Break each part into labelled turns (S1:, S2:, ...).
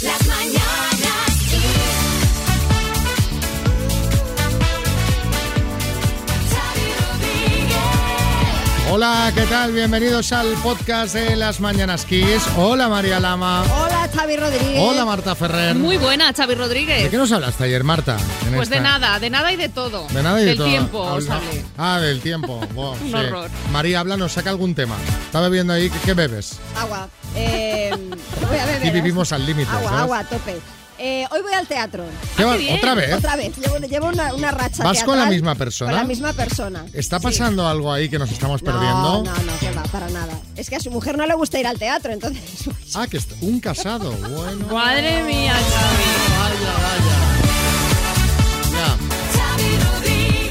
S1: Las mañanas Kiss. Xavi Rodríguez.
S2: Hola, ¿qué tal? Bienvenidos al podcast de Las Mañanas Kiss. Hola, María Lama.
S3: Hola, Xavi Rodríguez.
S2: Hola, Marta Ferrer.
S4: Muy buena, Xavi
S2: ¿De
S4: Rodríguez.
S2: qué nos hablaste ayer, Marta? En
S4: Pues de
S2: esta-
S4: nada, de nada y de todo.
S2: De nada y de
S4: Del
S2: todo.
S4: tiempo
S2: Habla-
S4: sale.
S2: Ah, del tiempo. Buah,
S4: Un
S2: sí.
S4: horror.
S2: María, háblanos, saca algún tema. Está bebiendo ahí, ¿qué, qué bebes?
S3: Agua. Eh, voy a beber.
S2: Y vivimos al límite.
S3: Agua,
S2: ¿sabes?
S3: agua, a tope. Eh, hoy voy al teatro.
S2: ¿Qué
S4: Ah,
S2: va-
S4: qué bien.
S2: ¿Otra vez?
S3: Otra vez. Llevo, llevo una, una racha.
S2: ¿Vas con la
S3: teatral
S2: misma persona?
S3: Con la misma persona.
S2: ¿Está
S3: Sí.
S2: pasando algo ahí que nos estamos
S3: No,
S2: perdiendo?
S3: no, no, que va, para nada. Es que a su mujer no le gusta ir al teatro, entonces.
S2: Ah, que está- un casado. Bueno,
S4: Madre mía, Xavi.
S2: ya.
S1: Xavi Rodríguez.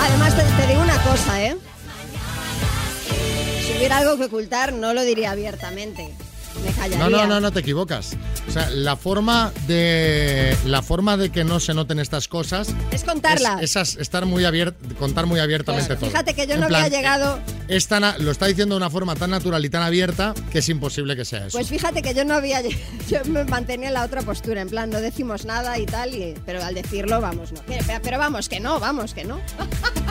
S3: Además, te, te digo una cosa, ¿eh? Si hubiera algo que ocultar, no lo diría abiertamente. Me callaría.
S2: No, no, no, no te equivocas. O sea, la forma de la forma de que no se noten estas cosas
S3: Es
S2: es,
S3: contarla.
S2: esas- estar muy abier- contar muy abiertamente
S3: Claro.
S2: todo.
S3: Fíjate que yo
S2: En
S3: no
S2: plan, eh,
S3: había llegado.
S2: es tan a- lo está diciendo de una forma tan natural y tan abierta que es imposible que sea eso.
S3: Pues fíjate que yo no había. Yo me mantenía en la otra postura, en plan, no decimos nada y tal, y- pero al decirlo, vamos, no. Pero, pero vamos, que no, vamos, que no.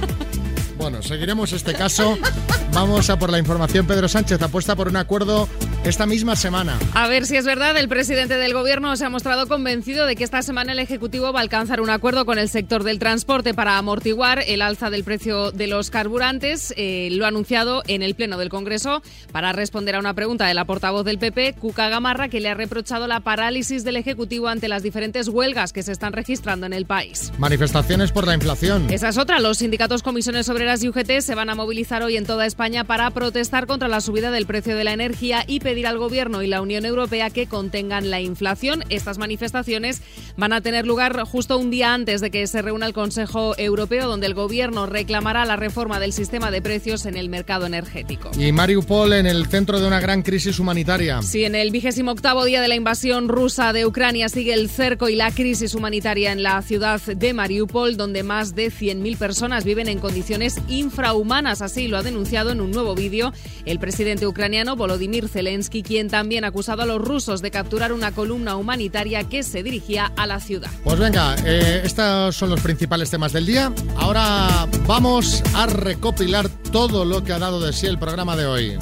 S2: Bueno, seguiremos este caso. Vamos a por la información. Pedro Sánchez apuesta por un acuerdo esta misma semana.
S4: A ver si es verdad, el presidente del gobierno se ha mostrado convencido de que esta semana el Ejecutivo va a alcanzar un acuerdo con el sector del transporte para amortiguar el alza del precio de los carburantes. Eh, lo ha anunciado en el Pleno del Congreso para responder a una pregunta de la portavoz del PP, Cuca Gamarra, que le ha reprochado la parálisis del Ejecutivo ante las diferentes huelgas que se están registrando en el país.
S2: Manifestaciones por la inflación.
S4: Esa es otra. Los sindicatos, comisiones obreras y UGT se van a movilizar hoy en toda España para protestar contra la subida del precio de la energía y pedir al Gobierno y la Unión Europea que contengan la inflación. Estas manifestaciones van a tener lugar justo un día antes de que se reúna el Consejo Europeo, donde el Gobierno reclamará la reforma del sistema de precios en el mercado energético.
S2: Y Mariupol en el centro de una gran crisis humanitaria.
S4: Si en el vigésimo octavo día de la invasión rusa de Ucrania sigue el cerco y la crisis humanitaria en la ciudad de Mariupol, donde más de 100.000 personas viven en condiciones infrahumanas, así lo ha denunciado en un nuevo vídeo el presidente ucraniano Volodymyr Zelensky, quien también ha acusado a los rusos de capturar una columna humanitaria que se dirigía a la ciudad.
S2: Pues venga, eh, estos son los principales temas del día. Ahora vamos a recopilar todo lo que ha dado de sí el programa de hoy.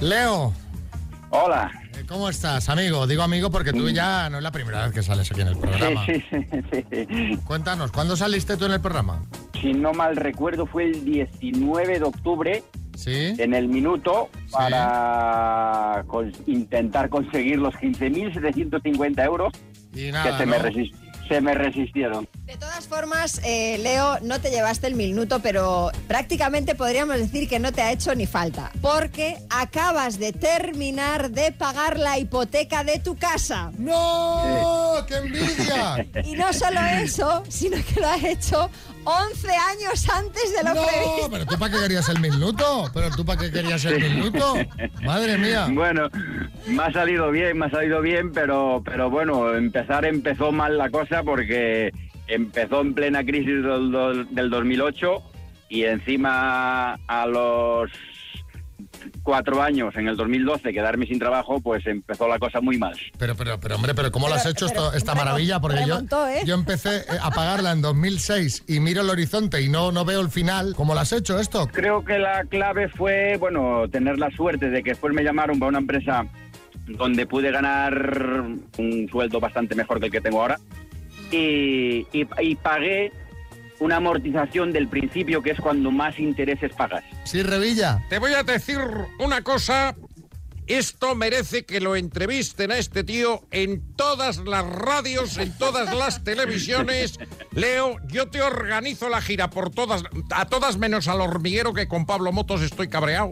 S2: Leo,
S5: Hola.
S2: eh, ¿cómo estás, amigo? Digo amigo porque
S3: Mm.
S2: tú ya no es la primera vez que sales aquí en el programa.
S5: Sí, sí, sí, sí.
S2: Cuéntanos, ¿cuándo saliste tú en el programa?
S5: Si no mal recuerdo, fue el 19 de octubre
S2: ¿Sí?
S5: en el minuto
S2: Sí.
S5: para con- intentar conseguir los 15.750 euros
S2: Y
S5: que
S2: nada,
S5: se, me
S2: ¿no?
S5: resist- se me resistieron.
S3: De todas formas, eh, Leo, no te llevaste el minuto, pero prácticamente podríamos decir que no te ha hecho ni falta, porque acabas de terminar de pagar la hipoteca de tu casa.
S2: ¡No! ¡Qué envidia!
S3: Y no solo eso, sino que lo has hecho 11 años antes de lo previsto.
S2: pero tú para qué querías el minuto. Pero tú para qué querías el minuto. Madre mía.
S5: Bueno, me ha salido bien, me ha salido bien, pero, pero bueno, empezar empezó mal la cosa porque empezó en plena crisis del, do- del 2008 y encima a los cuatro años, en el 2012, quedarme sin trabajo, pues empezó la cosa muy mal.
S2: Pero, pero, pero, hombre, pero ¿cómo lo has
S3: Pero-
S2: hecho
S3: pero
S2: esto- esta
S3: remon-
S2: maravilla? Porque yo,
S3: remontó, ¿eh?
S2: yo empecé eh, a pagarla en 2006 y miro el horizonte y no, no veo el final. ¿Cómo lo has hecho esto?
S5: Creo que la clave fue, bueno, tener la suerte de que después me llamaron para una empresa donde pude ganar un sueldo bastante mejor que el que tengo ahora y, y- y pagué una amortización del principio que es cuando más intereses pagas.
S2: Sí, Revilla.
S6: Te voy a decir una cosa. Esto merece que lo entrevisten a este tío en todas las radios, en todas las televisiones. Leo, yo te organizo la gira por todas, a todas menos al hormiguero que con Pablo Motos estoy cabreado,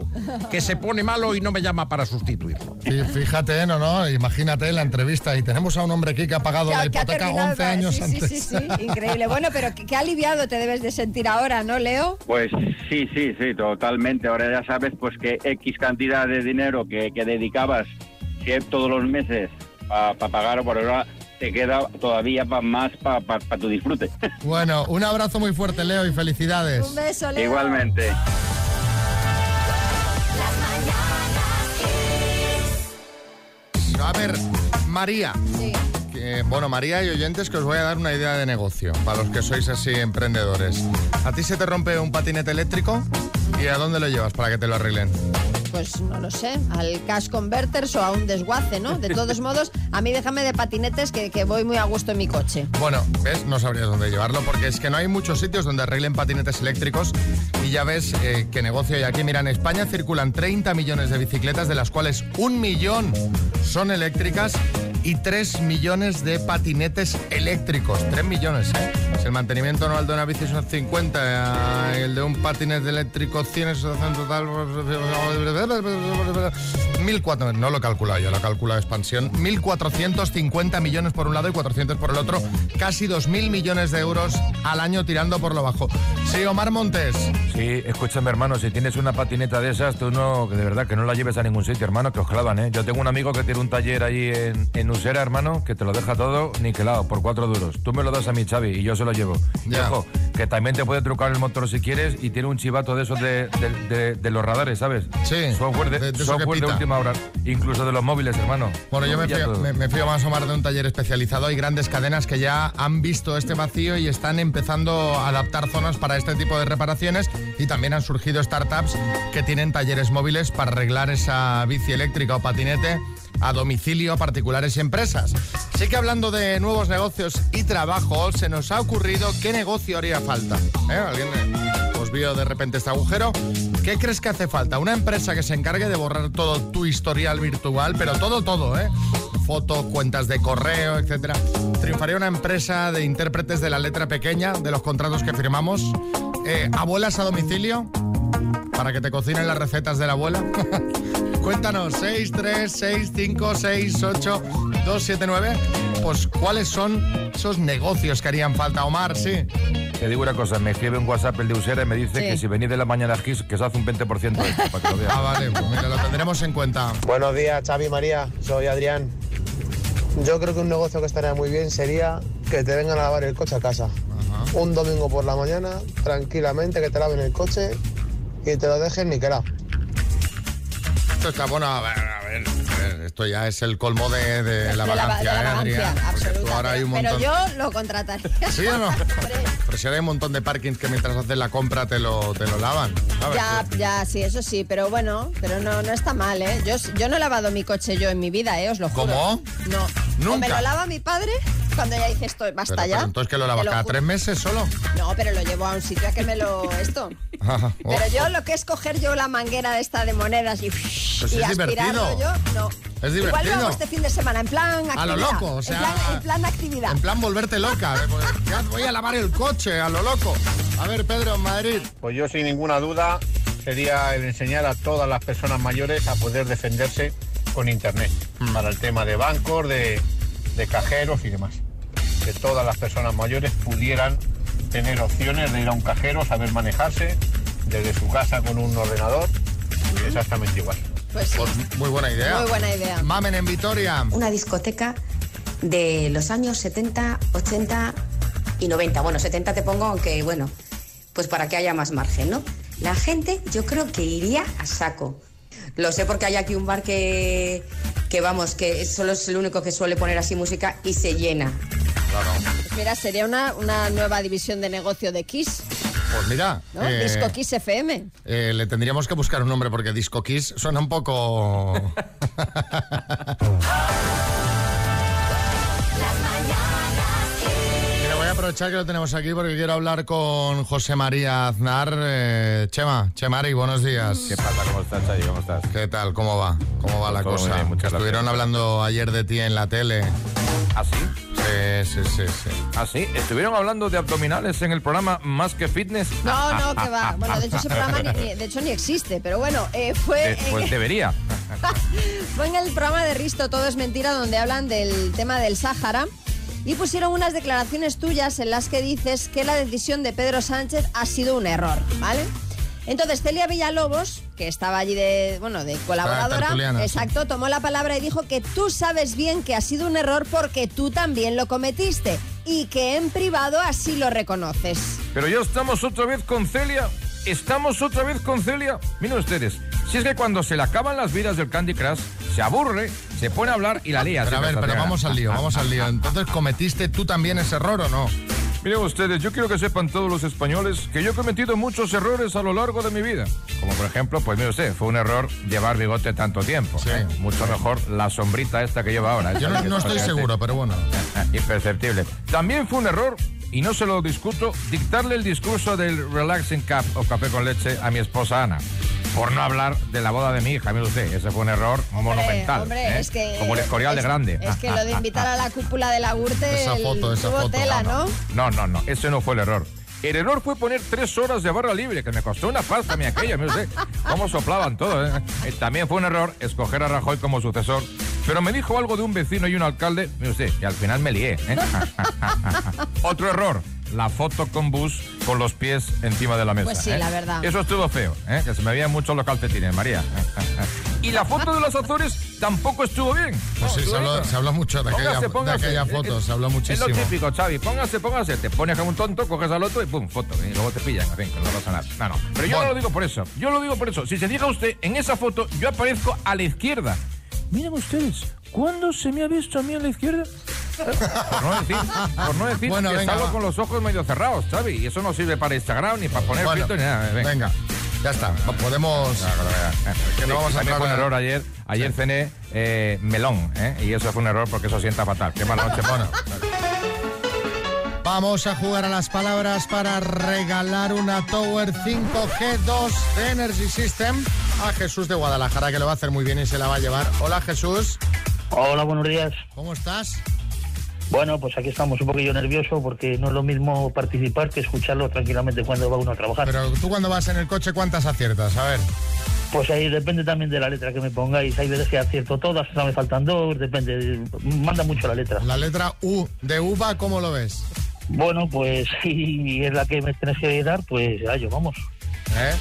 S6: que se pone malo y no me llama para sustituirlo.
S2: Sí, fíjate, no, no, imagínate la entrevista. Y tenemos a un hombre aquí que ha pagado la
S3: Que ha
S2: hipoteca
S3: terminado-
S2: 11 años
S3: sí,
S2: antes.
S3: Sí, sí, sí, increíble. Bueno, pero qué, qué aliviado te debes de sentir ahora, ¿no, Leo?
S5: Pues sí, sí, sí, totalmente. Ahora ya sabes pues que X cantidad de dinero que, que dedicabas sie- todos los meses para pagar, por ahora
S7: te queda todavía pa- más para tu disfrute.
S2: Bueno, un abrazo muy fuerte, Leo, y felicidades.
S3: Un beso, Leo.
S7: Igualmente.
S1: Las mañanas Kiss.
S2: A ver, María.
S3: Sí.
S2: Que, bueno, María y oyentes, que os voy a dar una idea de negocio para los que sois así emprendedores. ¿A ti se te rompe un patinete eléctrico? ¿Y a dónde lo llevas para que te lo arreglen?
S3: Pues no lo sé, al cash converters o a un desguace, ¿no? De todos modos, a mí déjame de patinetes que, que voy muy a gusto en mi coche.
S2: Bueno, ¿ves? No sabrías dónde llevarlo porque es que no hay muchos sitios donde arreglen patinetes eléctricos y ya ves eh, qué negocio hay aquí. Mira, en España circulan 30 millones de bicicletas, de las cuales un millón son eléctricas y 3 millones de patinetes eléctricos. 3 millones, ¿eh? Si el mantenimiento anual de una bici son 50, eh, el de un patinete eléctrico 100, eso hace en total 1.400, no lo he calculado yo, lo he calculado expansión, 1.450 millones por un lado y 400 por el otro, casi 2.000 millones de euros al año tirando por lo bajo. Sí, Omar Montes.
S6: Sí, escúchame, hermano, si tienes una patineta de esas, tú no, que de verdad, que no la lleves a ningún sitio, hermano, que os clavan, ¿eh? Yo tengo un amigo que tiene un taller allí en, en Usera, hermano, que te lo deja todo niquelado, por cuatro duros. Tú me lo das a mi Xavi y yo se lo llevo. Y
S2: Ya.
S6: ojo, que también te puede trucar el motor si quieres y tiene un chivato de esos de, de- de- de los radares, ¿sabes?
S2: Sí,
S6: Software de,
S2: de- de eso que
S6: software de
S2: pita.
S6: última hora, incluso de los móviles, hermano.
S2: Bueno, yo
S6: Lo
S2: me
S6: pilla
S2: fío,
S6: todo.
S2: me- me fío más, Omar, de un taller especializado. Hay grandes cadenas que ya han visto este vacío y están empezando a adaptar zonas para este tipo de reparaciones. Y también han surgido startups que tienen talleres móviles para arreglar esa bici eléctrica o patinete a domicilio a particulares y empresas. Así que hablando de nuevos negocios y trabajo, se nos ha ocurrido qué negocio haría falta. ¿Eh? ¿Alguien eh, os vio de repente este agujero? ¿Qué crees que hace falta? Una empresa que se encargue de borrar todo tu historial virtual, pero todo, todo, ¿eh? Fotos, cuentas de correo, etcétera. Triunfaría una empresa de intérpretes de la letra pequeña, de los contratos que firmamos. Eh, abuelas a domicilio, para que te cocinen las recetas de la abuela. Cuéntanos, 6, 3, 6, 5, 6, 8, 2, 7, 9. Pues, ¿cuáles son esos negocios que harían falta, Omar? Sí.
S6: Te digo una cosa, me escribe un WhatsApp el de Usera y me dice
S3: Sí.
S6: que si venís de la mañana a Gis, que se hace un 20% de esto, para que lo veas.
S2: Ah, vale, pues mira, lo tendremos en cuenta.
S8: Buenos días, Xavi y María. Soy Adrián. Yo creo que un negocio que estaría muy bien sería que te vengan a lavar el coche a casa. Un domingo por la mañana, tranquilamente, que te laven el coche y te lo dejen niquelado.
S2: Esto está bueno, a ver, a ver, a ver, Esto ya es el colmo de, de la
S3: De la- de
S2: vagancia,
S3: la
S2: ¿eh,
S3: vagancia,
S2: Adrián? Porque tú
S3: absoluta.
S2: ahora hay un
S3: Pero
S2: montón.
S3: yo lo contrataría.
S2: ¿Sí o no?
S3: Hombre.
S2: Pero si ahora hay un montón de parkings que mientras haces la compra te lo, te lo lavan. ¿sabes?
S3: Ya, ya, sí, eso sí, pero bueno, pero no, no está mal, ¿eh? Yo, yo no he lavado mi coche yo en mi vida, ¿eh? Os lo juro.
S2: ¿Cómo?
S3: No.
S2: Nunca.
S3: O me lo lava mi padre cuando ya dice esto, basta
S2: Pero- pero
S3: ya.
S2: entonces que lo
S3: Te
S2: lavas cada
S3: juro.
S2: tres meses solo.
S3: No, pero lo llevo a un sitio a que me lo... esto.
S2: Ah, oh.
S3: Pero yo lo que es coger yo la manguera esta de monedas y, y
S2: Pues es
S3: aspirarlo
S2: divertido.
S3: yo, no.
S2: Es
S3: Igual lo
S2: divertido.
S3: hago este fin de semana, en plan actividad.
S2: A lo loco, o sea,
S3: En plan, en plan actividad.
S2: En plan volverte loca. ¿eh? Pues, ya voy a lavar el coche, a lo loco. A ver, Pedro, en Madrid.
S9: Pues yo sin ninguna duda sería el enseñar a todas las personas mayores a poder defenderse con Internet.
S2: Mm.
S9: Para el tema de bancos, de, de cajeros y demás. Que todas las personas mayores pudieran tener opciones de ir a un cajero, saber manejarse desde su casa con un ordenador. Exactamente igual.
S3: Mm. Pues sí,
S2: Pues muy buena idea.
S3: muy buena idea.
S2: Mamen en Vitoria.
S10: una discoteca de los años 70, 80 y 90. Bueno, 70 te pongo, aunque bueno, pues para que haya más margen, ¿no? La gente yo creo que iría a saco. Lo sé porque hay aquí un bar que, que vamos, que solo es el único que suele poner así música y se llena.
S3: Pues mira, sería una, una nueva división de negocio de Kiss,
S2: Pues mira.
S3: ¿no?
S2: eh,
S3: Disco Kiss FM.
S2: eh, le tendríamos que buscar un nombre porque Disco Kiss suena un poco.
S1: Las mañanas Kiss.
S2: Pero voy a aprovechar que lo tenemos aquí porque quiero hablar con José María Aznar. Eh, Chema, Chemari, buenos días.
S6: ¿Qué pasa? ¿Cómo estás, Xavi? ¿Cómo estás?
S2: ¿Qué tal? ¿Cómo va? ¿Cómo va la
S6: Todo muy
S2: cosa?
S6: bien,
S2: Que
S6: muchas gracias. ¿Ah,
S2: estuvieron hablando ayer de ti en la tele.
S6: ¿Así?
S2: Sí, sí, sí, sí.
S6: ¿Así? ¿Ah, ¿Estuvieron hablando de abdominales en el programa Más que Fitness? Ah,
S3: No, no, que va. Bueno, de hecho ese programa ni, ni- de hecho, ni existe, pero bueno, eh, fue,
S6: Eh, pues
S3: en,
S6: ah. debería.
S3: fue en el programa de Risto Todo es Mentira donde hablan del tema del Sáhara y pusieron unas declaraciones tuyas en las que dices que la decisión de Pedro Sánchez ha sido un error, ¿vale? Entonces Celia Villalobos, que estaba allí de, bueno, de colaboradora,
S2: tertuliana,
S3: exacto, tomó la palabra y dijo que tú sabes bien que ha sido un error porque tú también lo cometiste y que en privado así lo reconoces.
S6: Pero ya estamos otra vez con Celia. Estamos otra vez con Celia. Miren ustedes, si es que cuando se le acaban las vidas del Candy Crush, se aburre, se pone a hablar y la lía.
S2: Pero a ver, pero vamos al lío, vamos al lío. Entonces, ¿cometiste tú también ese error o no?
S6: Miren ustedes, yo quiero que sepan todos los españoles que yo he cometido muchos errores a lo largo de mi vida. Como por ejemplo, pues mire usted, fue un error llevar bigote tanto tiempo.
S2: Sí.
S6: ¿eh? Mucho mejor la sombrita esta que lleva ahora.
S2: Yo
S6: esta
S2: no,
S6: que
S2: no estoy
S6: prácticamente-
S2: seguro, pero bueno.
S6: Ah, Imperceptible. También fue un error, y no se lo discuto, dictarle el discurso del Relaxing Cup o café con leche a mi esposa Ana. Por no hablar de la boda de mi hija, mire usted, ese fue un error monumental.
S3: Hombre,
S6: ¿eh?
S3: es que,
S6: Como el escorial
S3: es-
S6: de grande. Ah,
S3: Es que lo de invitar a la cúpula de la URTE
S2: Esa
S3: el-
S2: foto, esa
S3: tuvo
S2: foto,
S3: tela,
S2: no,
S6: No,
S3: ¿no?
S6: no, no, ese no fue el error. El error fue poner tres horas de barra libre, que me costó una pasta a mí aquella, mire usted, cómo soplaban todos. ¿eh? Eh, También fue un error escoger a Rajoy como sucesor, pero me dijo algo de un vecino y un alcalde, mire usted, y al final me lié. ¿eh? Otro error, la foto con bus con los pies encima de la mesa.
S3: Pues sí,
S6: ¿eh?
S3: la verdad.
S6: Eso estuvo feo, ¿eh? que se me veían mucho los calcetines, María. Y la foto de los Azores tampoco estuvo bien.
S2: Pues sí,
S6: No,
S2: se habló,
S6: estuvo-
S2: se habló mucho de aquella, de aquella foto,
S6: es-
S2: se habló muchísimo.
S6: Es lo típico, Xavi. Póngase, póngase. Te pones como un tonto, coges al otro y pum, foto. Y luego te pillan. En fin, que no pasa nada. No, no. Pero yo
S2: Bueno.
S6: no lo digo por eso. Yo lo digo por eso. Si se fija usted, en esa foto yo aparezco a la izquierda. Miren ustedes, ¿cuándo se me ha visto a mí a la izquierda? Por no decir, por no decir
S2: Bueno,
S6: que
S2: venga,
S6: salgo
S2: va.
S6: con los ojos medio cerrados, Xavi. Y eso no sirve para Instagram, ni para poner
S2: Bueno,
S6: filtro, ni nada. Venga.
S2: venga, ya está. Podemos.
S6: Que
S2: no vamos a
S6: también
S2: entrar
S6: fue un
S2: en-
S6: error ayer. Ayer cené eh, melón, ¿eh? Y eso fue un error porque eso sienta fatal. Qué mala noche, bueno.
S2: Vamos a jugar a las palabras para regalar una Tower 5G2 de Energy System a Jesús de Guadalajara, que lo va a hacer muy bien y se la va a llevar. Hola Jesús,
S11: Hola, buenos días.
S2: ¿cómo estás?
S11: Bueno, pues aquí estamos un poquillo nervioso porque no es lo mismo participar que escucharlo tranquilamente cuando va uno a trabajar.
S2: Pero tú cuando vas en el coche, ¿cuántas aciertas? A ver.
S11: Pues ahí depende también de la letra que me pongáis. Hay veces que acierto todas, no me faltan dos, depende. Manda mucho la letra.
S2: La letra U de uva, ¿cómo lo ves?
S11: Bueno, pues si es la que me tenéis que dar, pues a ello, vamos. Ah,
S2: ¿Eh?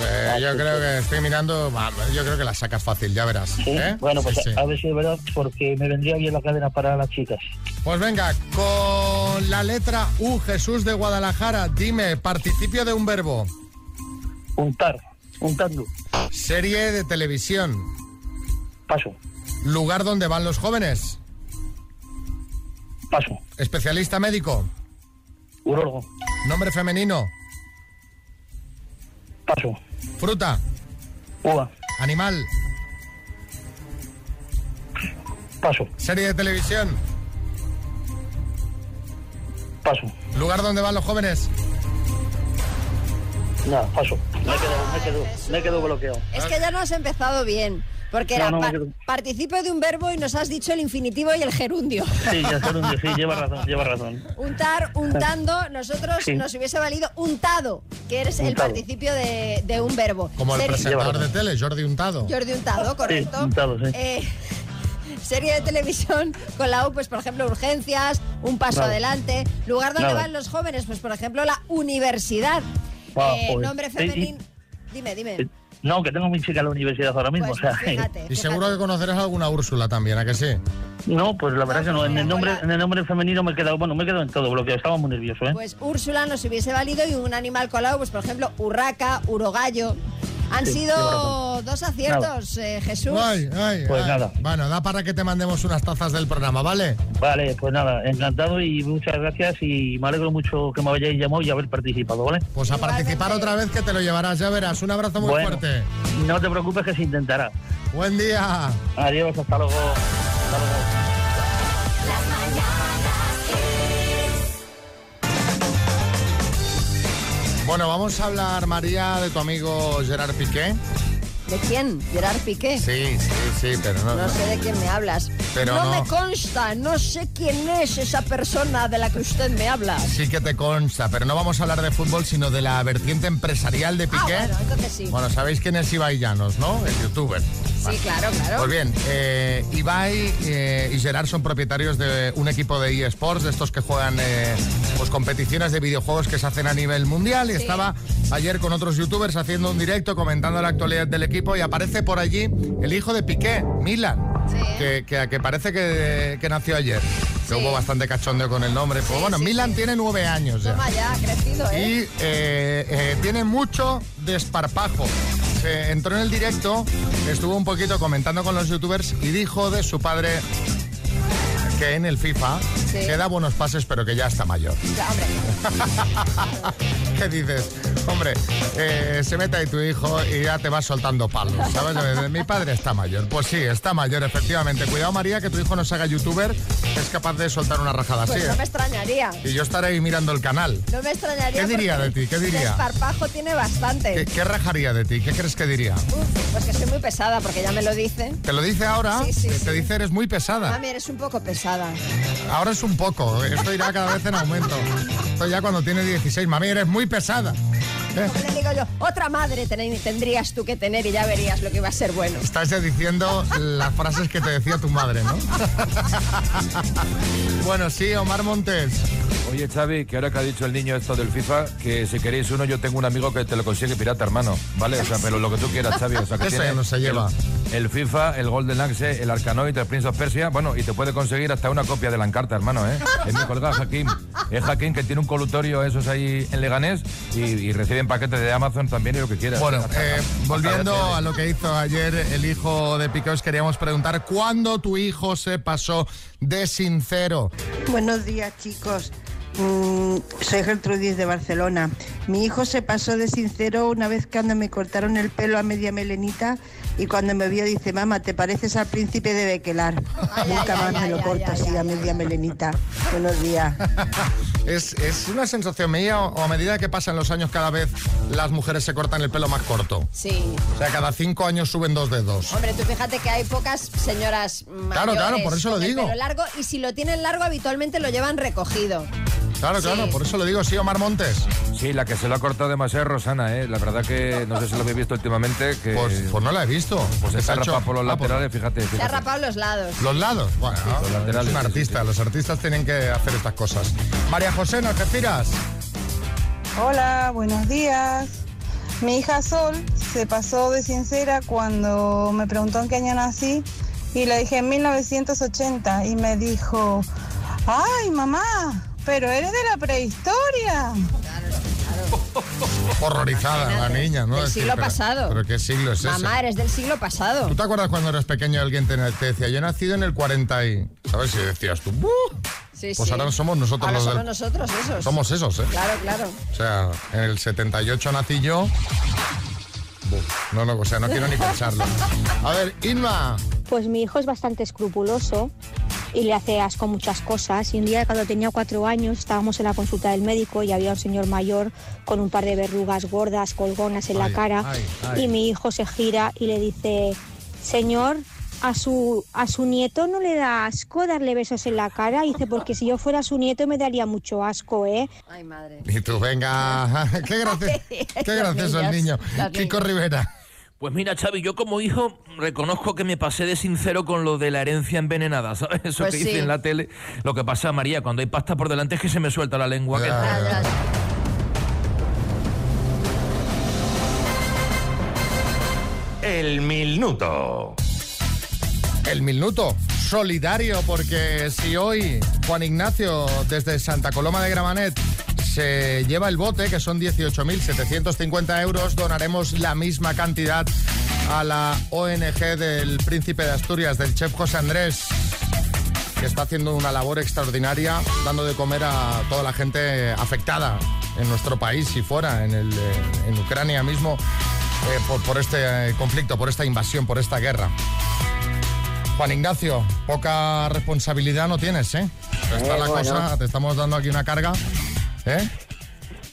S2: Pues, eh, yo creo que estoy mirando, va, yo creo que la sacas fácil, ya verás.
S11: ¿sí?
S2: ¿eh?
S11: Bueno, pues
S2: Sí, sí.
S11: a ver si es verdad, porque me vendría bien la cadena para las chicas.
S2: Pues venga, con la letra U, Jesús de Guadalajara, dime, participio de un verbo,
S11: Untar, untando,
S2: serie de televisión,
S11: paso,
S2: lugar donde van los jóvenes,
S11: paso,
S2: especialista médico,
S11: urólogo,
S2: nombre femenino,
S11: paso,
S2: fruta,
S11: uva,
S2: animal,
S11: paso,
S2: serie de televisión,
S11: paso.
S2: lugar donde van los jóvenes.
S11: Nada, paso. Me quedo, me quedo, me quedo bloqueado.
S3: Es que ya no has empezado bien. Porque
S11: No,
S3: era
S11: no, me
S3: pa-
S11: quedo-
S3: participo de un verbo y nos has dicho el infinitivo y el gerundio.
S11: Sí, ya sé dónde, sí, lleva razón, lleva razón.
S3: Untar, untando, nosotros
S11: Sí.
S3: nos hubiese valido untado, que eres el
S11: Untado.
S3: participio de, de un verbo.
S2: Como el
S3: Serie-
S2: presentador de tele, Jordi Untado.
S3: Jordi Untado, correcto.
S11: untado, sí.
S3: Eh, serie de televisión con la U, pues por ejemplo, urgencias, un paso
S11: Nada.
S3: adelante. Lugar donde
S11: Nada.
S3: van los jóvenes, pues por ejemplo, la universidad.
S11: Ah,
S3: Eh,
S11: joder.
S3: nombre
S11: Sí,
S3: femenino. Dime, dime.
S11: Eh, No, que tengo mi chica en la universidad ahora mismo,
S3: Pues,
S11: o sea.
S3: fíjate,
S2: Y seguro
S3: fíjate.
S2: que conocerás alguna Úrsula también, ¿a que sí?
S11: No, pues la verdad que no. En el nombre, en el nombre femenino me he quedado, bueno, me he quedado en todo bloqueado, estaba muy nervioso, ¿eh?
S3: Pues Úrsula nos hubiese valido y un animal colado, pues por ejemplo, urraca, urogallo. Han
S11: Sí, lleva
S3: sido
S11: razón.
S3: dos aciertos, eh, Jesús.
S2: Ay, ay,
S11: Pues
S2: ay.
S11: nada.
S2: Bueno, da para que te mandemos unas tazas del programa, ¿vale?
S11: Vale, pues nada, encantado y muchas gracias y me alegro mucho que me hayáis llamado y haber participado, ¿vale?
S2: Pues a
S3: Igualmente.
S2: participar otra vez que te lo llevarás, ya verás. Un abrazo muy
S11: bueno,
S2: fuerte.
S11: no te preocupes que se intentará.
S2: Buen día.
S11: Adiós, hasta luego. Hasta luego.
S1: Las mañanas Kiss.
S2: Bueno, vamos a hablar, María, de tu amigo Gerard Piqué.
S3: ¿De quién? Gerard Piqué.
S2: Sí, sí, sí, pero no.
S3: No sé de quién me hablas.
S2: Pero
S3: no,
S2: no.
S3: me consta, no sé quién es esa persona de la que usted me habla.
S2: Sí que te consta, pero no vamos a hablar de fútbol, sino de la vertiente empresarial de
S3: Ah,
S2: Piqué.
S3: bueno, entonces sí.
S2: Bueno, sabéis quién es Ibai Llanos, ¿no? El youtuber.
S3: sí, claro, claro.
S2: Pues bien, eh, Ibai eh, y Gerard son propietarios de un equipo de eSports, de estos que juegan eh, pues, competiciones de videojuegos que se hacen a nivel mundial. Y estaba ayer con otros youtubers haciendo un directo comentando la actualidad del equipo y aparece por allí el hijo de Piqué, Milan, que, que, que parece que, que nació ayer. Que hubo bastante cachondeo con el nombre. Pues bueno, Milan tiene nueve años ya.
S3: Toma ya, ha crecido, ¿eh?
S2: Y eh, eh, tiene mucho desparpajo. Se entró en el directo, estuvo un poquito comentando con los youtubers y dijo de su padre que en el FIFA
S3: Sí.
S2: que da buenos pases pero que ya está mayor.
S3: Ya, hombre.
S2: ¿Qué dices? Hombre, eh, se mete ahí tu hijo y ya te vas soltando palos, ¿sabes? Eh, Mi padre está mayor. Pues sí, está mayor, efectivamente. Cuidado, María, que tu hijo no se haga youtuber, es capaz de soltar una rajada
S3: Pues
S2: así.
S3: no me
S2: ¿eh?
S3: extrañaría.
S2: Y yo estaré ahí mirando el canal.
S3: No me extrañaría.
S2: ¿Qué diría
S3: porque
S2: de ti? ¿Qué diría?
S3: Desparpajo tiene
S2: ¿Qué,
S3: bastante.
S2: qué rajaría de ti? ¿Qué crees que diría?
S3: Uf, pues que soy muy pesada porque ya me lo dicen.
S2: ¿Te lo dice ahora?
S3: Sí, sí,
S2: te
S3: sí.
S2: dice eres muy pesada.
S3: Mami, eres un poco pesada.
S2: Ahora es un poco, ¿eh? esto irá cada vez en aumento. Esto ya cuando tiene 16, mami, eres muy pesada. ¿Eh?
S3: Como le digo yo, otra madre tenéis- tendrías tú que tener y ya verías lo que iba a ser bueno.
S2: Estás ya diciendo las frases que te decía tu madre, ¿no? bueno, sí, Omar Montes.
S6: Oye, Xavi, que ahora que ha dicho el niño esto del FIFA, que si queréis uno, yo tengo un amigo que te lo consigue pirata, hermano. ¿Vale? O sea, pero lo que tú quieras, Xavi. O sea, que
S2: Eso
S6: tiene
S2: ya no se
S6: el-
S2: lleva.
S6: El, FIFA, el Golden Axe, el Arcanoid, el Prince of Persia. Bueno, y te puede conseguir hasta una copia de la encarta, hermano, ¿eh? Es mi colega Jaquín. Es Jaquín que tiene un colutorio, esos ahí en Leganés, y, y reciben paquetes de Amazon también y lo que quieras.
S2: Bueno,
S6: Hasta-
S2: eh,
S6: hasta-
S2: volviendo
S6: hasta-
S2: a lo que hizo ayer el hijo de Piqué, os queríamos preguntar cuándo tu hijo se pasó de sincero.
S12: Buenos días, chicos. Mm, soy Gertrudis de Barcelona. Mi hijo se pasó de sincero una vez cuando me cortaron el pelo a media melenita y cuando me vio dice, mamá, te pareces al príncipe de Bequelar. Nunca más me lo corto así a media melenita. Buenos días.
S2: Es, es una sensación mía, o a medida que pasan los años, cada vez las mujeres se cortan el pelo más corto.
S3: Sí.
S2: O sea, cada cinco años suben dos dedos.
S3: Hombre, tú fíjate que hay pocas señoras mayores
S2: claro, por eso lo
S3: con el
S2: digo.
S3: pelo largo y si lo tienen largo habitualmente lo llevan recogido.
S2: Claro, claro, por eso lo digo, sí, Omar Montes.
S6: Sí, la que se lo ha cortado demasiado es Rosana, ¿eh? La verdad que no sé si lo habéis visto últimamente. Que...
S2: Pues, pues no la he visto.
S6: Pues
S2: ¿Qué
S6: está
S2: se ha hecho?
S6: rapado por los
S2: Ah, pues-
S6: laterales, fíjate.
S3: Se ha
S6: fíjate.
S3: rapado los lados.
S2: Los lados, bueno,
S6: los
S2: es
S6: laterales,
S2: un
S6: sí,
S2: artista, los artistas tienen que hacer estas cosas. María José, ¿en Algeciras?
S13: Hola, buenos días. Mi hija Sol se pasó de sincera cuando me preguntó en qué año nací y le dije en 1980 y me dijo, ay mamá, pero eres de la prehistoria.
S2: Horrorizada la niña, ¿no?
S3: del
S2: Decir,
S3: siglo
S2: pero-
S3: pasado.
S2: Pero qué siglo es Pues ese.
S3: Mamá, eres del siglo pasado.
S2: ¿Tú te acuerdas cuando eras pequeño alguien te te decía, yo he nacido en el 40 y... ¿Sabes? Y decías tú, "Buh".
S3: Sí,
S2: Pues
S3: sí.
S2: ahora somos nosotros
S3: Ahora
S2: los del-
S3: somos nosotros esos.
S2: Somos esos, ¿eh?
S3: Claro, claro.
S2: O sea, en el 78 nací yo... Buh. No, no, o sea, no quiero ni pensarlo. A ver, Inma,
S14: Pues mi hijo es bastante escrupuloso y le hace asco muchas cosas. Y un día cuando tenía cuatro años estábamos en la consulta del médico y había un señor mayor con un par de verrugas gordas, colgonas en
S15: Ay,
S14: la cara.
S15: ay, ay.
S14: Y mi hijo se gira y le dice, señor, a su, a su nieto no le da asco darle besos en la cara. Y dice, porque si yo fuera su nieto me daría mucho asco, ¿eh?
S3: Ay, madre.
S2: y tú, venga... qué, graci- qué gracioso el niño. Kiko Rivera.
S16: Pues mira, Xavi, yo como hijo reconozco que me pasé de sincero con lo de la herencia envenenada, ¿sabes? Eso
S3: Pues
S16: que
S3: sí.
S16: hice en la tele. Lo que pasa, María, cuando hay pasta por delante es que se me suelta la lengua. que-
S2: El minuto. El minuto solidario, porque si hoy Juan Ignacio desde Santa Coloma de Gramanet se lleva el bote, que son 18.750 euros, donaremos la misma cantidad a la ONG del Príncipe de Asturias, del chef José Andrés, que está haciendo una labor extraordinaria, dando de comer a toda la gente afectada en nuestro país y fuera, en, el, eh, en Ucrania mismo, eh, por, por este eh, conflicto, por esta invasión, por esta guerra. Juan Ignacio, poca responsabilidad no tienes, ¿eh? Está
S17: Eh,
S2: la
S17: bueno.
S2: cosa, te estamos dando aquí una carga, ¿eh?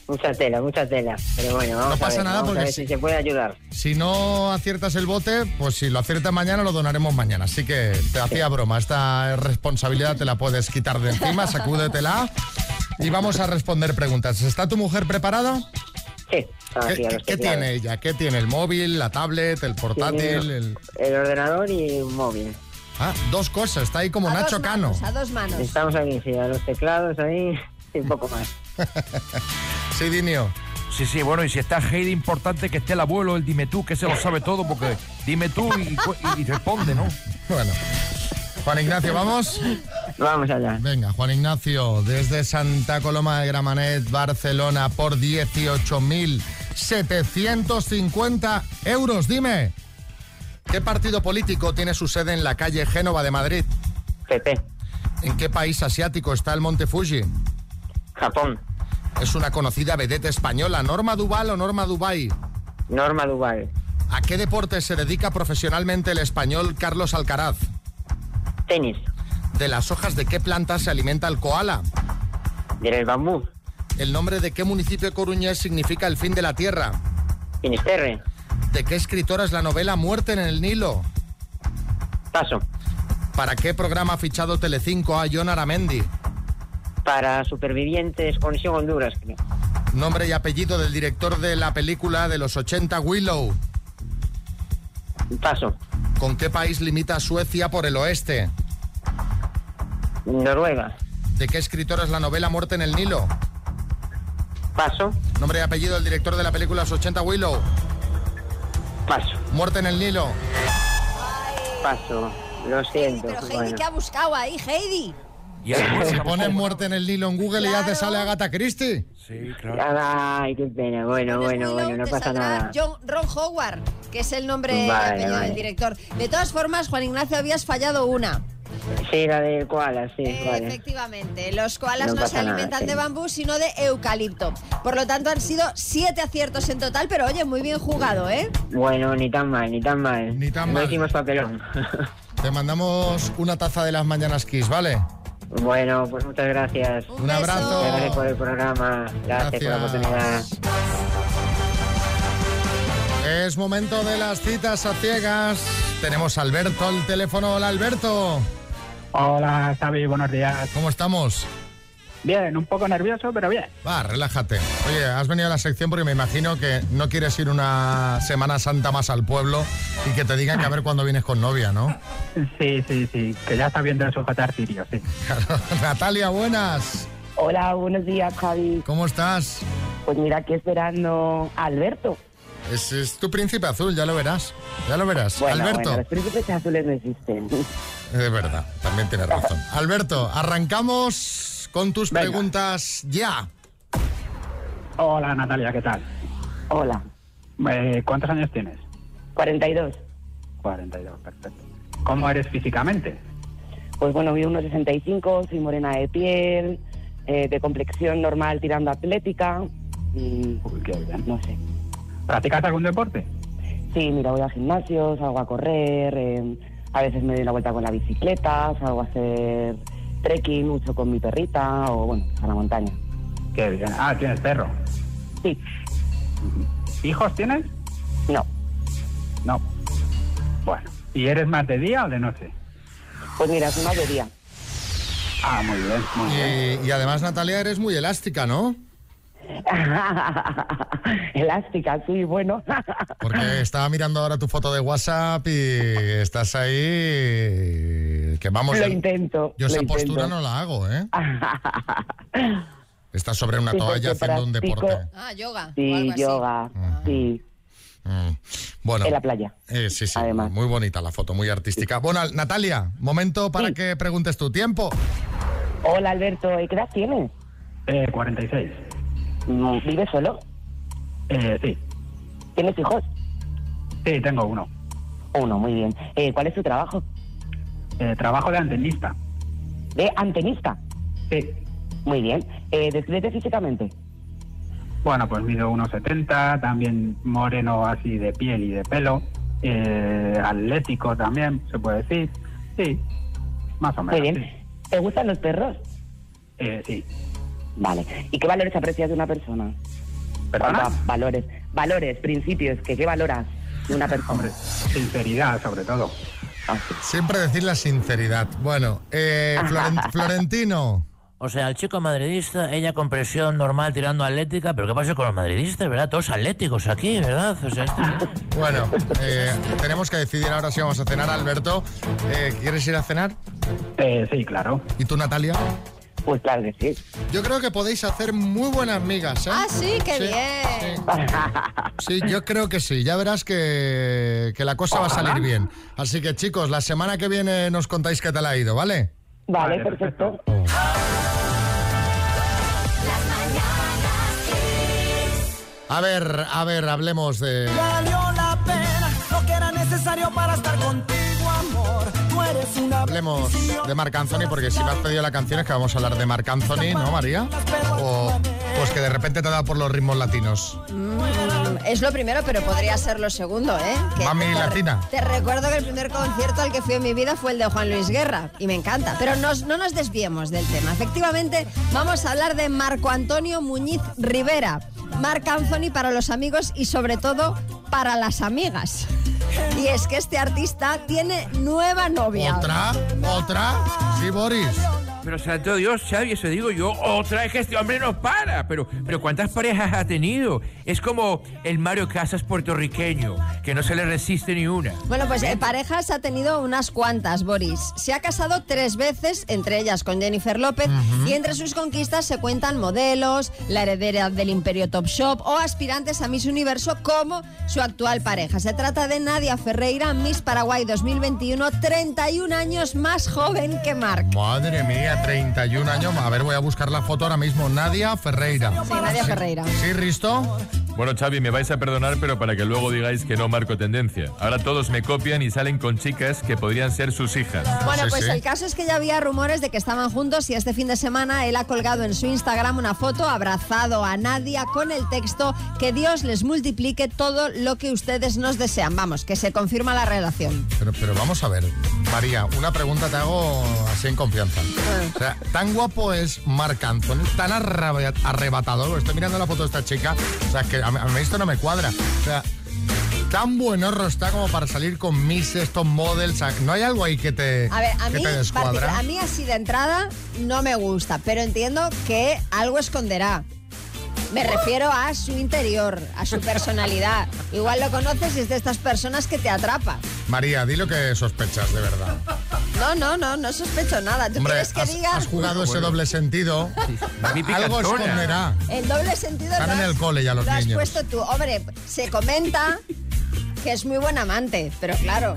S17: Mucha tela, mucha tela. Pero bueno, vamos
S2: No pasa
S17: a ver,
S2: nada
S17: vamos a
S2: porque
S17: ver
S2: si-
S17: si se puede ayudar.
S2: Si no aciertas el bote, pues si lo aciertas mañana lo donaremos mañana. Así que te hacía broma, esta responsabilidad te la puedes quitar de encima, sacúdetela y vamos a responder preguntas. ¿Está tu mujer preparada?
S17: Sí, ahora sí,
S2: ¿Qué,
S17: a los
S2: qué
S17: teclados.
S2: tiene ella? ¿Qué tiene? ¿El móvil, la tablet, el portátil?
S17: Tiene
S2: el-
S17: El ordenador y un móvil.
S2: Ah, dos cosas, está ahí como
S3: A
S2: Nacho
S3: Ah, dos
S2: Cano.
S3: manos, A dos manos.
S17: Estamos aquí, sí, a los teclados ahí y un poco más.
S2: Sí, Dinio.
S6: Sí, sí, bueno, y si está Heidi, importante que esté el abuelo, el dime tú, que se lo sabe todo, porque dime tú y, cu- y- y responde, ¿no?
S2: Bueno. Juan Ignacio, ¿vamos?
S17: Vamos allá.
S2: Venga, Juan Ignacio, desde Santa Coloma de Gramanet, Barcelona, por 18.750 euros. Dime, ¿qué partido político tiene su sede en la calle Génova de Madrid?
S17: PP.
S2: ¿En qué país asiático está el Monte Fuji?
S17: Japón.
S2: Es una conocida vedette española, Norma Duval o Norma Dubai.
S17: Norma Duval.
S2: ¿A qué deporte se dedica profesionalmente el español Carlos Alcaraz?
S17: Tenis.
S2: ¿De las hojas de qué planta se alimenta el koala?
S17: Del bambú.
S2: ¿El nombre de qué municipio coruñés significa el fin de la tierra?
S17: Finisterre.
S2: ¿De qué escritora es la novela Muerte en el Nilo?
S17: Paso.
S2: ¿Para qué programa ha fichado Telecinco a John Aramendi?
S17: Para supervivientes, Conexión Honduras. creo.
S2: Nombre y apellido del director de la película de los 80 Willow.
S17: Paso.
S2: ¿Con qué país limita Suecia por el oeste?
S17: Noruega.
S2: ¿De qué escritora es la novela Muerte en el Nilo?
S17: Paso.
S2: Nombre y apellido del director de la película Los 80 Willow.
S17: Paso.
S2: Muerte en el Nilo.
S17: Paso. Lo siento.
S3: Pero Heidi,
S17: bueno.
S3: ¿qué ha buscado ahí, Heidi?
S2: Si pones pues, Muerte en el Nilo en Google y ya te sale Agatha Christie.
S6: Sí,
S17: Ay, qué pena. Bueno, bueno, bueno, no
S3: te
S17: pasa
S3: saldrá
S17: nada.
S3: John Ron Howard, que es el nombre y
S17: Vale,
S3: apellido
S17: vale.
S3: del director. De todas formas, Juan Ignacio, habías fallado una.
S17: Sí, la del koala, sí,
S10: Eh,
S17: vale.
S3: Efectivamente, los koalas
S17: No
S3: no,
S17: pasa
S3: se
S17: nada,
S3: alimentan
S17: sí.
S3: de bambú, sino de eucalipto. Por lo tanto, han sido siete aciertos en total, pero oye, muy bien jugado, ¿eh?
S17: Bueno, ni tan mal, ni tan mal.
S2: Ni tan
S17: no
S2: mal.
S17: hicimos papelón.
S2: Te mandamos una taza de las mañanas Kiss, ¿vale?
S17: bueno, pues muchas gracias. Un
S2: abrazo.
S17: Gracias por el programa. Gracias, por la
S2: Gracias.
S17: oportunidad.
S2: Es momento de las citas a ciegas. Tenemos a Alberto al teléfono. Hola, Alberto.
S15: Hola, Xavi, buenos días.
S2: ¿Cómo estamos?
S15: Bien, un poco nervioso, pero bien.
S2: Va, relájate. Oye, has venido a la sección porque me imagino que no quieres ir una Semana Santa más al pueblo y que te digan que a ver cuándo vienes con novia, ¿no?
S15: Sí, sí, sí, que ya está viendo el sujetar sirio, sí.
S2: Natalia, buenas.
S18: Hola, buenos días, Javi.
S2: ¿Cómo estás?
S18: Pues mira, aquí esperando a Alberto.
S2: Es, es tu príncipe azul, ya lo verás. Ya lo verás.
S18: Bueno,
S2: Alberto.
S18: bueno, los príncipes azules no existen.
S2: Es verdad, también tienes razón. Alberto, arrancamos con tus preguntas ya.
S15: Hola, Natalia, ¿qué tal?
S18: Hola,
S15: Eh, ¿Cuántos años tienes?
S18: 42.
S15: 42, perfecto. ¿Cómo eres físicamente?
S18: Pues bueno, mido unos 65, soy morena de piel, eh, de complexión normal tirando a atlética. Y, No sé.
S15: ¿Practicas algún deporte?
S18: Sí, mira, voy al gimnasio, salgo a correr, eh, a veces me doy la vuelta con la bicicleta, salgo a hacer trekking mucho con mi perrita o bueno, a la montaña.
S15: Qué bien. Ah, tienes perro.
S18: Sí.
S15: ¿Hijos tienes?
S18: No.
S15: No. Bueno, ¿y eres más de día o de noche?
S18: Pues mira, soy más de día.
S15: Ah, muy bien, muy
S2: bien. Y, además, Natalia, eres muy elástica, ¿no?
S18: Elástica, sí, bueno.
S2: Porque estaba mirando ahora tu foto de WhatsApp y estás ahí. Que vamos.
S18: lo
S2: yo-
S18: intento. lo
S2: Yo esa
S18: intento.
S2: postura no la hago, ¿eh? Estás sobre una
S18: Sí, porque
S2: toalla haciendo un
S18: practico-
S2: deporte. Ah.
S3: Ah, yoga. o
S18: Sí,
S3: algo así.
S18: yoga, sí.
S2: Mm. Bueno.
S18: En la playa.
S2: Eh, sí, sí. Muy bonita la foto, muy artística. Bueno, Al- Natalia, momento para que preguntes tu tiempo.
S18: Hola, Alberto, ¿y qué edad tienes?
S15: Eh, 46.
S18: ¿Vives solo?
S15: Eh, sí.
S18: ¿Tienes hijos?
S15: Sí, tengo uno.
S18: Uno, muy bien. Eh, ¿Cuál es tu trabajo?
S15: Eh, trabajo de antenista.
S18: ¿De antenista?
S15: Sí.
S18: Muy bien. Eh, ¿Descríbete físicamente?
S15: Bueno, pues mido 1,70, también moreno así de piel y de pelo, eh, atlético también, se puede decir. Sí, más o menos.
S18: Muy bien. ¿Te gustan los perros?
S15: Eh, sí.
S18: Vale. ¿Y qué valores aprecias de una persona?
S15: ¿Perdona?
S18: ¿Cuántos Valores, valores, principios, que qué valoras de una persona.
S15: sinceridad, sobre todo.
S2: Siempre decir la sinceridad. Bueno, eh, Floren- Florentino.
S16: O sea, el chico madridista, ella con presión normal tirando atlética, pero ¿qué pasa con los madridistas, verdad? Todos atléticos aquí, ¿verdad? O sea, esto-
S2: Bueno, eh, tenemos que decidir ahora si vamos a cenar, Alberto. Eh, ¿Quieres ir a cenar?
S15: sí, claro.
S2: ¿Y tú, Natalia?
S18: Pues claro que sí.
S2: Yo creo que podéis hacer muy buenas migas, ¿eh?
S3: Ah, sí, qué bien.
S2: Sí, yo creo que sí. Ya verás que, que la cosa va a salir bien. Así que chicos, la semana que viene nos contáis qué tal ha ido, ¿vale?
S18: Vale, perfecto.
S2: A ver, a ver, hablemos de...
S1: Valió la pena lo que era necesario para estar contigo, amor. Tú eres una
S2: Hablemos de Marc Anthony, porque si me has pedido la canción es que vamos a hablar de Marc Anthony, ¿no, María? O pues que de repente te ha dado por los ritmos latinos.
S3: Mm, es lo primero, pero podría ser lo segundo, ¿eh? Que
S2: Mami
S3: te-
S2: latina.
S3: Te recuerdo que el primer concierto al que fui en mi vida fue el de Juan Luis Guerra y me encanta. Pero nos- no nos desviemos del tema. Efectivamente, vamos a hablar de Marco Antonio Muñiz Rivera. Marc Anthony para los amigos y sobre todo para las amigas. Y es que este artista tiene nueva novia.
S2: ¿Otra? ¿Otra? Sí, Boris.
S19: Pero santo Dios, Xavi, eso digo yo, otra vez que este hombre no para. Pero, pero ¿cuántas parejas ha tenido? Es como el Mario Casas puertorriqueño, que no se le resiste ni una.
S3: Bueno, pues eh, parejas ha tenido unas cuantas, Boris. Se ha casado tres veces, entre ellas con Jennifer López, y entre sus conquistas se cuentan modelos, la heredera del imperio Top Shop o aspirantes a Miss Universo como su actual pareja. Se trata de Nadia Ferreira, Miss Paraguay 2021, 31 años más joven que Marc.
S2: Madre mía, 31 años. A ver, voy a buscar la foto ahora mismo. Nadia Ferreira.
S3: Sí, Nadia Ferreira.
S2: Sí, Risto.
S20: Bueno, Xavi, me vais a perdonar, pero para que luego digáis que no marco tendencia. Ahora todos me copian y salen con chicas que podrían ser sus hijas.
S3: Bueno, pues el caso es que ya había rumores de que estaban juntos y este fin de semana él ha colgado en su Instagram una foto abrazado a Nadia con el texto que Dios les multiplique todo lo que ustedes nos desean. Vamos, que se confirma la relación.
S2: Pero, pero vamos a ver, María, una pregunta te hago así en confianza.
S3: Ah.
S2: O sea, tan guapo es Marc Anthony, tan arraba- arrebatador. Estoy mirando la foto de esta chica. O sea, que a mí a mí esto no me cuadra. O sea, tan buenorro está como para salir con Miss, estos models. o sea, no hay algo ahí que te,
S3: A ver, a
S2: que
S3: mí,
S2: te
S3: particular-
S2: descuadra.
S3: a mí así de entrada no me gusta, pero entiendo que algo esconderá. Me
S2: ¡Oh!
S3: refiero a su interior, a su personalidad. Igual lo conoces y es de estas personas que te atrapa.
S2: María, di lo que sospechas, de verdad.
S3: No, no, no, no sospecho nada. ¿Tú
S2: Hombre,
S3: quieres que
S2: has,
S3: diga?
S2: has jugado ese doble sentido. Algo
S3: picantona.
S2: esconderá.
S3: El doble sentido
S2: Están
S3: lo
S2: en
S3: has-
S2: el cole ya los
S3: lo has
S2: niños.
S3: puesto tú. Hombre, se comenta que es muy buen amante, pero claro.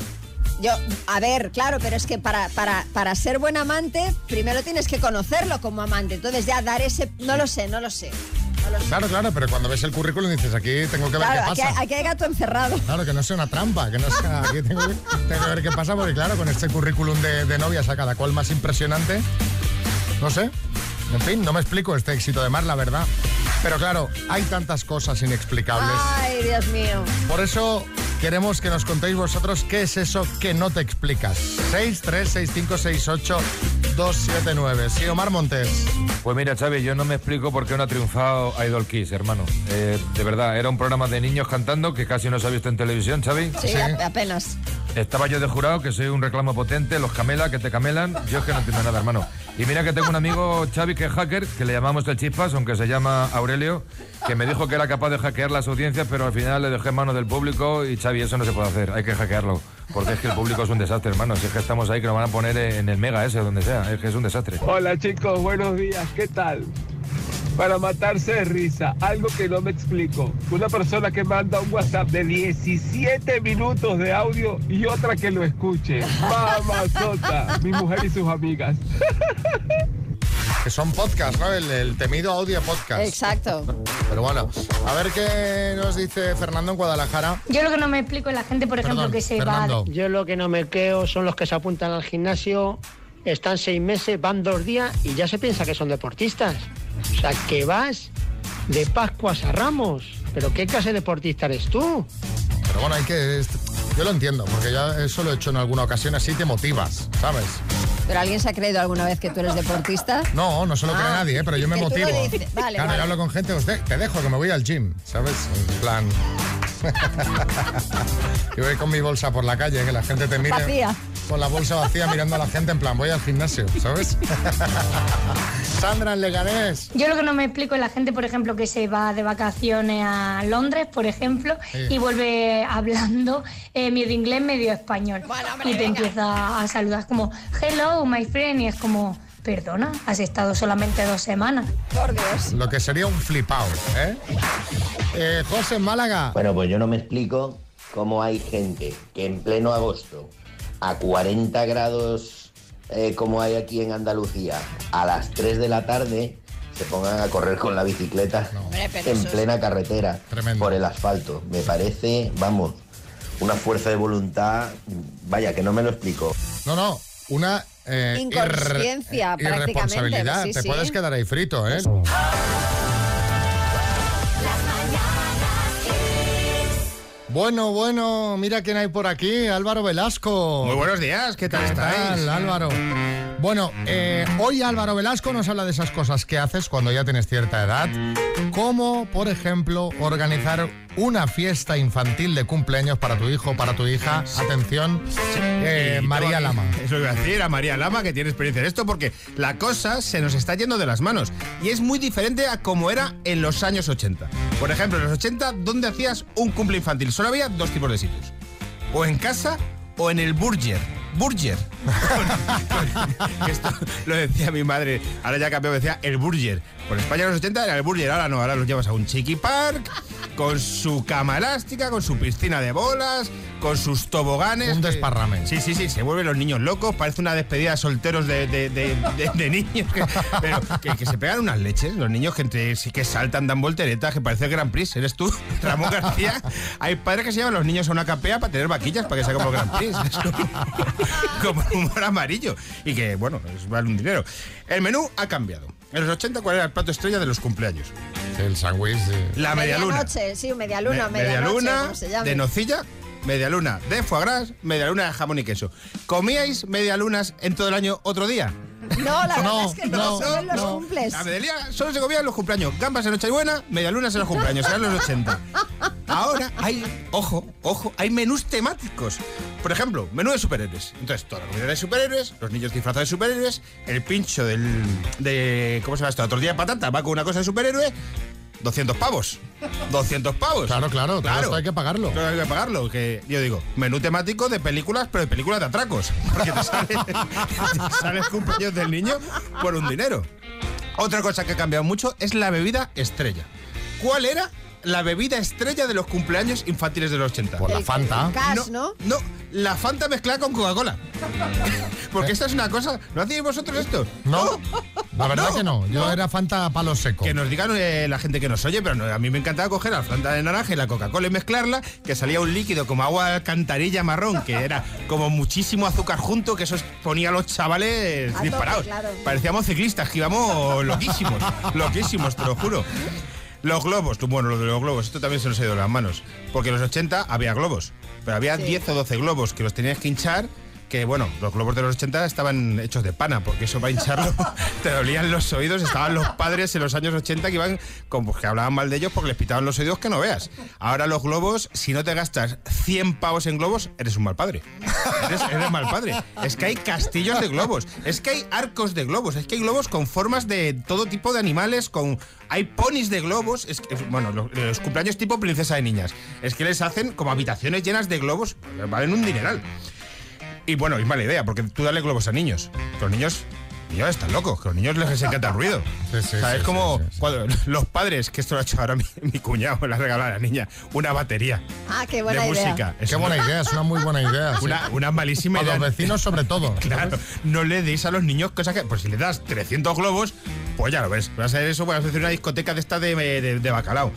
S3: Yo, a ver, claro, pero es que para, para, para ser buen amante, primero tienes que conocerlo como amante. Entonces ya dar ese... No lo sé, no lo sé.
S2: Claro, claro, pero cuando ves el currículum dices, aquí tengo que ver
S3: Claro,
S2: qué
S3: aquí,
S2: pasa.
S3: hay- aquí hay gato encerrado.
S2: Claro, que no sea una trampa, que no sea... Aquí tengo, que, tengo que ver qué pasa, porque claro, con este currículum de, de novias a cada cual más impresionante, no sé. En fin, no me explico este éxito de Mar, la verdad. Pero claro, hay tantas cosas inexplicables.
S3: Ay, Dios mío.
S2: Por eso queremos que nos contéis vosotros qué es eso que no te explicas. 636568279. Sí, Omar Montes.
S6: Pues mira, Xavi, yo no me explico por qué no ha triunfado Idol Kiss, hermano. Eh, de verdad, era un programa de niños cantando que casi no se ha visto en televisión, Xavi.
S3: Sí, a- apenas.
S6: Estaba yo de jurado, que soy un reclamo potente, los camela, que te camelan. Yo es que no entiendo nada, hermano. Y mira que tengo un amigo, Xavi, que es hacker, que le llamamos el Chispas, aunque se llama Aurelio, que me dijo que era capaz de hackear las audiencias, pero al final le dejé en manos del público y, Xavi, eso no se puede hacer, hay que hackearlo. Porque es que el público es un desastre, hermano. Si es que estamos ahí, que lo van a poner en el mega ese, donde sea. Es que es un desastre.
S21: Hola chicos, buenos días, ¿qué tal? Para matarse de risa, algo que no me explico. Una persona que manda un WhatsApp de 17 minutos de audio y otra que lo escuche. Mamazota, mi mujer y sus amigas.
S2: Que son podcasts, ¿no? El, el temido audio podcast.
S3: Exacto.
S2: Pero bueno, a ver qué nos dice Fernando en Guadalajara.
S22: Yo lo que no me explico es la gente, por ejemplo,
S2: Perdón,
S22: que se
S2: Fernando.
S22: va.
S23: Yo lo que no me creo son los que se apuntan al gimnasio, están seis meses, van dos días y ya se piensa que son deportistas. O sea, que vas de Pascuas a Ramos. Pero ¿qué clase de deportista eres tú?
S2: Pero bueno, hay que. es- Yo lo entiendo, porque ya eso lo he hecho en alguna ocasión, así te motivas, ¿sabes?
S3: ¿Pero alguien se ha creído alguna vez que tú eres deportista?
S2: No, no se lo cree
S3: Ah,
S2: nadie, ¿eh? pero yo me
S3: que tú lo
S2: motivo.
S3: dices. Vale,
S2: claro,
S3: vale.
S2: yo hablo con gente, os de- te dejo que me voy al gym, ¿sabes? En plan. yo voy con mi bolsa por la calle, que la gente te mire.
S1: Vacía.
S2: Con la bolsa vacía mirando a la gente en plan, voy al gimnasio, ¿sabes? Sandra en Leganés.
S22: Yo lo que no me explico es la gente, por ejemplo, que se va de vacaciones a Londres, por ejemplo,
S2: Sí.
S22: y vuelve hablando eh, medio inglés, medio español. y te venga. empieza a saludar como, hello, my friend, y es como, Perdona, has estado solamente dos semanas.
S3: Por Dios.
S2: Lo que sería un flipao, ¿eh? Eh, José en Málaga.
S4: Bueno, pues yo no me explico cómo hay gente que en pleno agosto, a 40 grados eh, como hay aquí en Andalucía, a las 3 de la tarde se pongan a correr con la bicicleta
S3: Hombre, pero
S4: en
S3: eso es-
S4: plena carretera por el asfalto. Me parece, vamos, una fuerza de voluntad, vaya, que no me lo explico.
S2: No, no, una eh,
S3: Inconsciencia,
S2: irre- irresponsabilidad.
S3: prácticamente, sí,
S2: Te
S3: sí.
S2: puedes quedar ahí frito, ¿eh? Bueno, bueno, mira quién hay por aquí, Álvaro Velasco.
S7: Muy buenos días, ¿qué tal estáis?
S2: tal, Álvaro? Bueno, eh, hoy Álvaro Velasco nos habla de esas cosas que haces cuando ya tienes cierta edad, como por ejemplo organizar una fiesta infantil de cumpleaños para tu hijo, para tu hija. Atención, eh,
S7: Y
S2: María
S7: tengo-
S2: Lama.
S7: Eso iba a decir, a María Lama, que tiene experiencia en esto, porque la cosa se nos está yendo de las manos. Y es muy diferente a como era en los años 80. Por ejemplo, en los 80, ¿dónde hacías un cumple infantil? Solo había dos tipos de sitios. O en casa o en el Burger. Burger. Esto lo decía mi madre. Ahora ya cambió, decía el Burger. Por España en los 80 era el Burger, ahora no, ahora los llevas a un Chiqui Park, con su cama elástica, con su piscina de bolas, con sus toboganes. Un
S2: desparrame.
S7: Sí, sí, sí, se vuelven los niños locos, parece una despedida de solteros de, de- de- de- de niños. que- pero que, que se pegan unas leches, los niños que, entre, sí que saltan, dan volteretas, que parece el Grand Prix. ¿Eres tú, Ramón García? Hay padres que se llevan a los niños a una capea para tener vaquillas, para que sea como el Grand Prix. Es como el humor amarillo. Y que, bueno, es vale un dinero. El menú ha cambiado. En los 80, ¿cuál era el plato estrella de los cumpleaños?
S2: El sándwich.
S7: La medialuna.
S3: Medianoche, sí, medialuna,
S7: Me-
S3: medianoche,
S7: medialuna
S3: como se llame.
S7: de nocilla, medialuna de foie gras, medialuna de jamón y queso. ¿Comíais medialunas en todo el año otro día?
S3: No, la verdad es que no, solo en los cumples.
S7: La medialuna solo se comía en los cumpleaños. Gambas en Nochebuena, medialunas en los cumpleaños, eran los 80. Ahora hay, ojo, ojo, hay menús temáticos. Por ejemplo, menú de superhéroes. Entonces, toda la comida de superhéroes, los niños disfrazados de superhéroes, el pincho del. De, ¿Cómo se llama esto? La tortilla de patata va con una cosa de superhéroe, 200 pavos. 200 pavos. Claro,
S2: claro, todo esto hay que pagarlo.
S7: Claro, hay que pagarlo. Que yo digo, menú temático de películas, pero de películas de atracos. Porque te sale, te sale el cumpleaños del niño por un dinero. Otra cosa que ha cambiado mucho es la bebida estrella. ¿Cuál era la bebida estrella de los cumpleaños infantiles de los 80? Pues
S2: la Fanta.
S3: Cas, ¿no?
S7: No, la Fanta mezclada con Coca-Cola. Porque esta es una cosa. ¿No hacíais vosotros esto?
S2: ¿Eh? No. La verdad que no. Yo era Fanta palo seco.
S7: Que nos digan eh, la gente que nos oye, pero no, a mí me encantaba coger la Fanta de naranja y la Coca-Cola y mezclarla, que salía un líquido como agua de alcantarilla marrón, que era como muchísimo azúcar junto, que eso ponía a los chavales
S5: A tope,
S7: disparados.
S5: claro.
S7: Parecíamos ciclistas, que íbamos loquísimos, loquísimos, te lo juro. Los globos, tú- bueno, lo de los globos, esto también se nos ha ido de las manos. Porque en los 80 había globos, pero había 10 o 12 globos que los tenías que hinchar. Que bueno, los globos de los 80 estaban hechos de pana, porque eso para hincharlo te dolían los oídos. Estaban los padres en los años 80 que iban, con, pues, que hablaban mal de ellos porque les pitaban los oídos que no veas. Ahora los globos, si no te gastas 100 pavos en globos, eres un mal padre. Eres, eres mal padre. Es que hay castillos de globos, es que hay arcos de globos, es que hay globos con formas de todo tipo de animales, con hay ponis de globos, es que, bueno, los, los cumpleaños tipo princesa de niñas. Es que les hacen como habitaciones llenas de globos, valen un dineral. Y bueno, es mala idea, porque tú dale globos a niños. Los niños, niños están locos, que los niños les encanta el ruido. o sea,
S2: sí,
S7: es
S2: sí,
S7: como cuando los padres, que esto lo ha hecho ahora mi, mi cuñado, le ha regalado a la niña una batería
S3: Ah, qué buena
S7: de
S3: idea.
S7: música.
S2: Qué buena idea, es una muy buena idea. sí.
S7: Una, una malísima
S2: A
S7: idea.
S2: los vecinos sobre todo.
S7: Claro, no le deis a los niños cosas que... Pues si le das 300 globos, pues ya lo ves. Vas a hacer eso, vas a hacer una discoteca de esta de, de- de bacalao.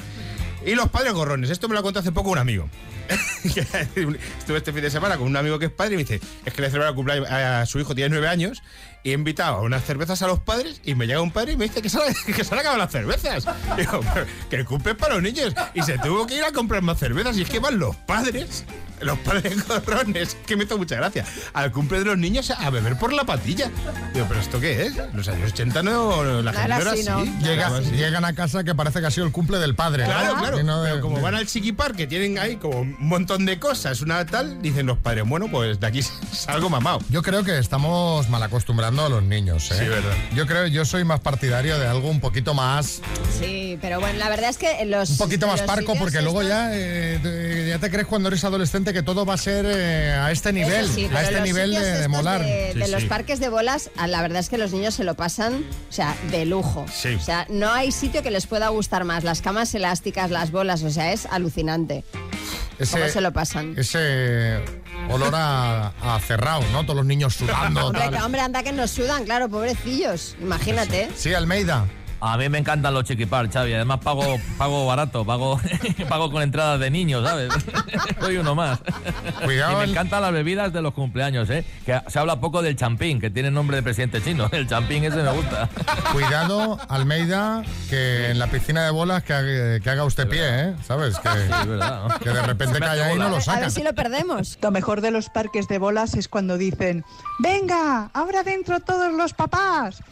S7: Y los padres gorrones. Esto me lo ha contado hace poco un amigo. Estuve este fin de semana con un amigo que es padre y me dice, es que le celebra el cumpleaños a su hijo, tiene nueve años, y he invitado a unas cervezas a los padres y me llega un padre y me dice que se, han- que se han acabado las cervezas. Digo, "Pero que el cumple es para los niños. Y se tuvo que ir a comprar más cervezas. Y es que van los padres, los padres gorrones, que me hizo mucha gracia, al cumple de los niños a beber por la patilla. Digo, pero ¿esto qué es? Los años 80 no, la
S2: No
S7: gente
S2: era
S7: no era
S2: así,
S7: así.
S2: ¿no? Llega-
S7: Era así.
S2: Llegan a casa que parece que ha sido el cumple del padre. ¿no?
S7: Claro, claro.
S2: Y no de-
S7: Pero como van al Chiqui Park, que tienen ahí como un montón de cosas, una tal, dicen los padres, bueno, pues de aquí salgo mamado.
S2: Yo creo que estamos mal acostumbrando a los niños. ¿eh?
S7: Sí, verdad.
S2: Yo creo, yo soy más partidario de algo un poquito más,
S3: Sí, pero bueno, la verdad es que en los.
S2: un poquito más
S3: los
S2: parco,
S3: sitios
S2: porque
S3: estos-
S2: luego ya, eh, te- ya te crees cuando eres adolescente que todo va a ser eh, a este nivel,
S3: Eso sí, pero
S2: a este
S3: los
S2: nivel
S3: sitios
S2: de, de
S3: estos
S2: molar.
S3: De,
S2: Sí,
S3: de los
S2: sí.
S3: parques de bolas, a la verdad es que los niños se lo pasan, o sea, de lujo.
S2: Sí.
S3: O sea, no hay sitio que les pueda gustar más. Las camas elásticas, las bolas, o sea, es alucinante. ¿Cómo se lo pasan?
S2: Ese olor a, a cerrado, ¿no? Todos los niños sudando.
S3: Hombre,
S2: tal.
S3: que- hombre, anda que nos sudan, claro, pobrecillos. Imagínate.
S2: Sí, Almeida.
S6: A mí me encantan los chiquipar, Xavi. Además pago, pago barato, pago, pago con entradas de niños, ¿sabes? Soy uno más.
S2: Cuidado
S6: Y me
S2: el-
S6: encantan las bebidas de los cumpleaños, ¿eh? Que se habla poco del champín, que tiene nombre de presidente chino. El champín ese me gusta.
S2: Cuidado, Almeida, que en la piscina de bolas que, ha- que haga usted pie, ¿eh? ¿Sabes? Que, que de repente caiga ahí y no lo saca.
S3: si lo perdemos.
S13: Lo mejor de los parques de bolas es cuando dicen, venga, ahora dentro todos los papás.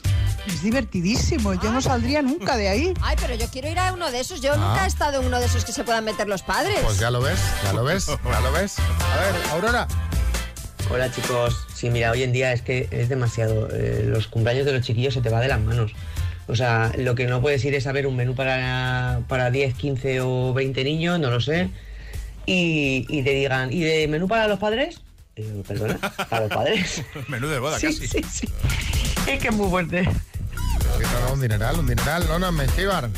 S13: Es divertidísimo, yo no saldría nunca de ahí.
S3: Ay, pero yo quiero ir a uno de esos. Yo
S2: Ah.
S3: nunca he estado en uno de esos que se puedan meter los padres.
S2: Pues ya lo ves, ya lo ves, ya lo ves. A ver, Aurora.
S18: Hola chicos, sí, mira, hoy en día es que es demasiado. Eh, los cumpleaños de los chiquillos se te va de las manos. O sea, lo que no puedes ir es a ver un menú para, para 10, 15 o 20 niños, no lo sé, y, y te digan, ¿y de menú para los padres? Y yo, Eh, Perdona, para los padres.
S7: Menú de boda,
S18: Sí,
S7: casi.
S18: sí, sí. Es que es muy fuerte.
S2: Aquí tenemos Un dineral, un dineral. No, no, Mengíbar.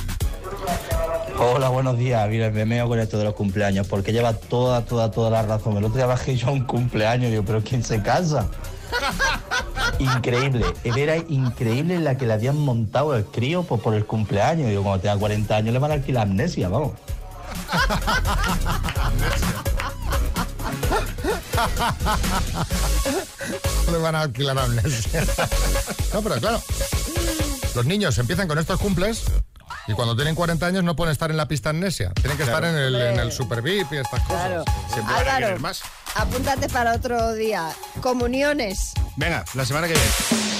S24: Hola, buenos días. Mira, me meo con esto de los cumpleaños, porque lleva toda, toda, toda la razón. El otro día bajé yo a un cumpleaños, digo, pero ¿quién se casa? Increíble. Era increíble la que le habían montado al crío por, por el cumpleaños. Digo, cuando tenga 40 años le van a alquilar amnesia, vamos.
S2: Le van a alquilar amnesia. No, pero claro. Los niños empiezan con estos cumples y cuando tienen 40 años no pueden estar en la pista amnesia. Tienen que estar en el, en el Super VIP y estas cosas.
S3: Claro.
S2: Siempre van a
S3: Álvaro,
S2: querer más.
S3: apúntate para otro día. Comuniones.
S7: Venga, la semana que viene.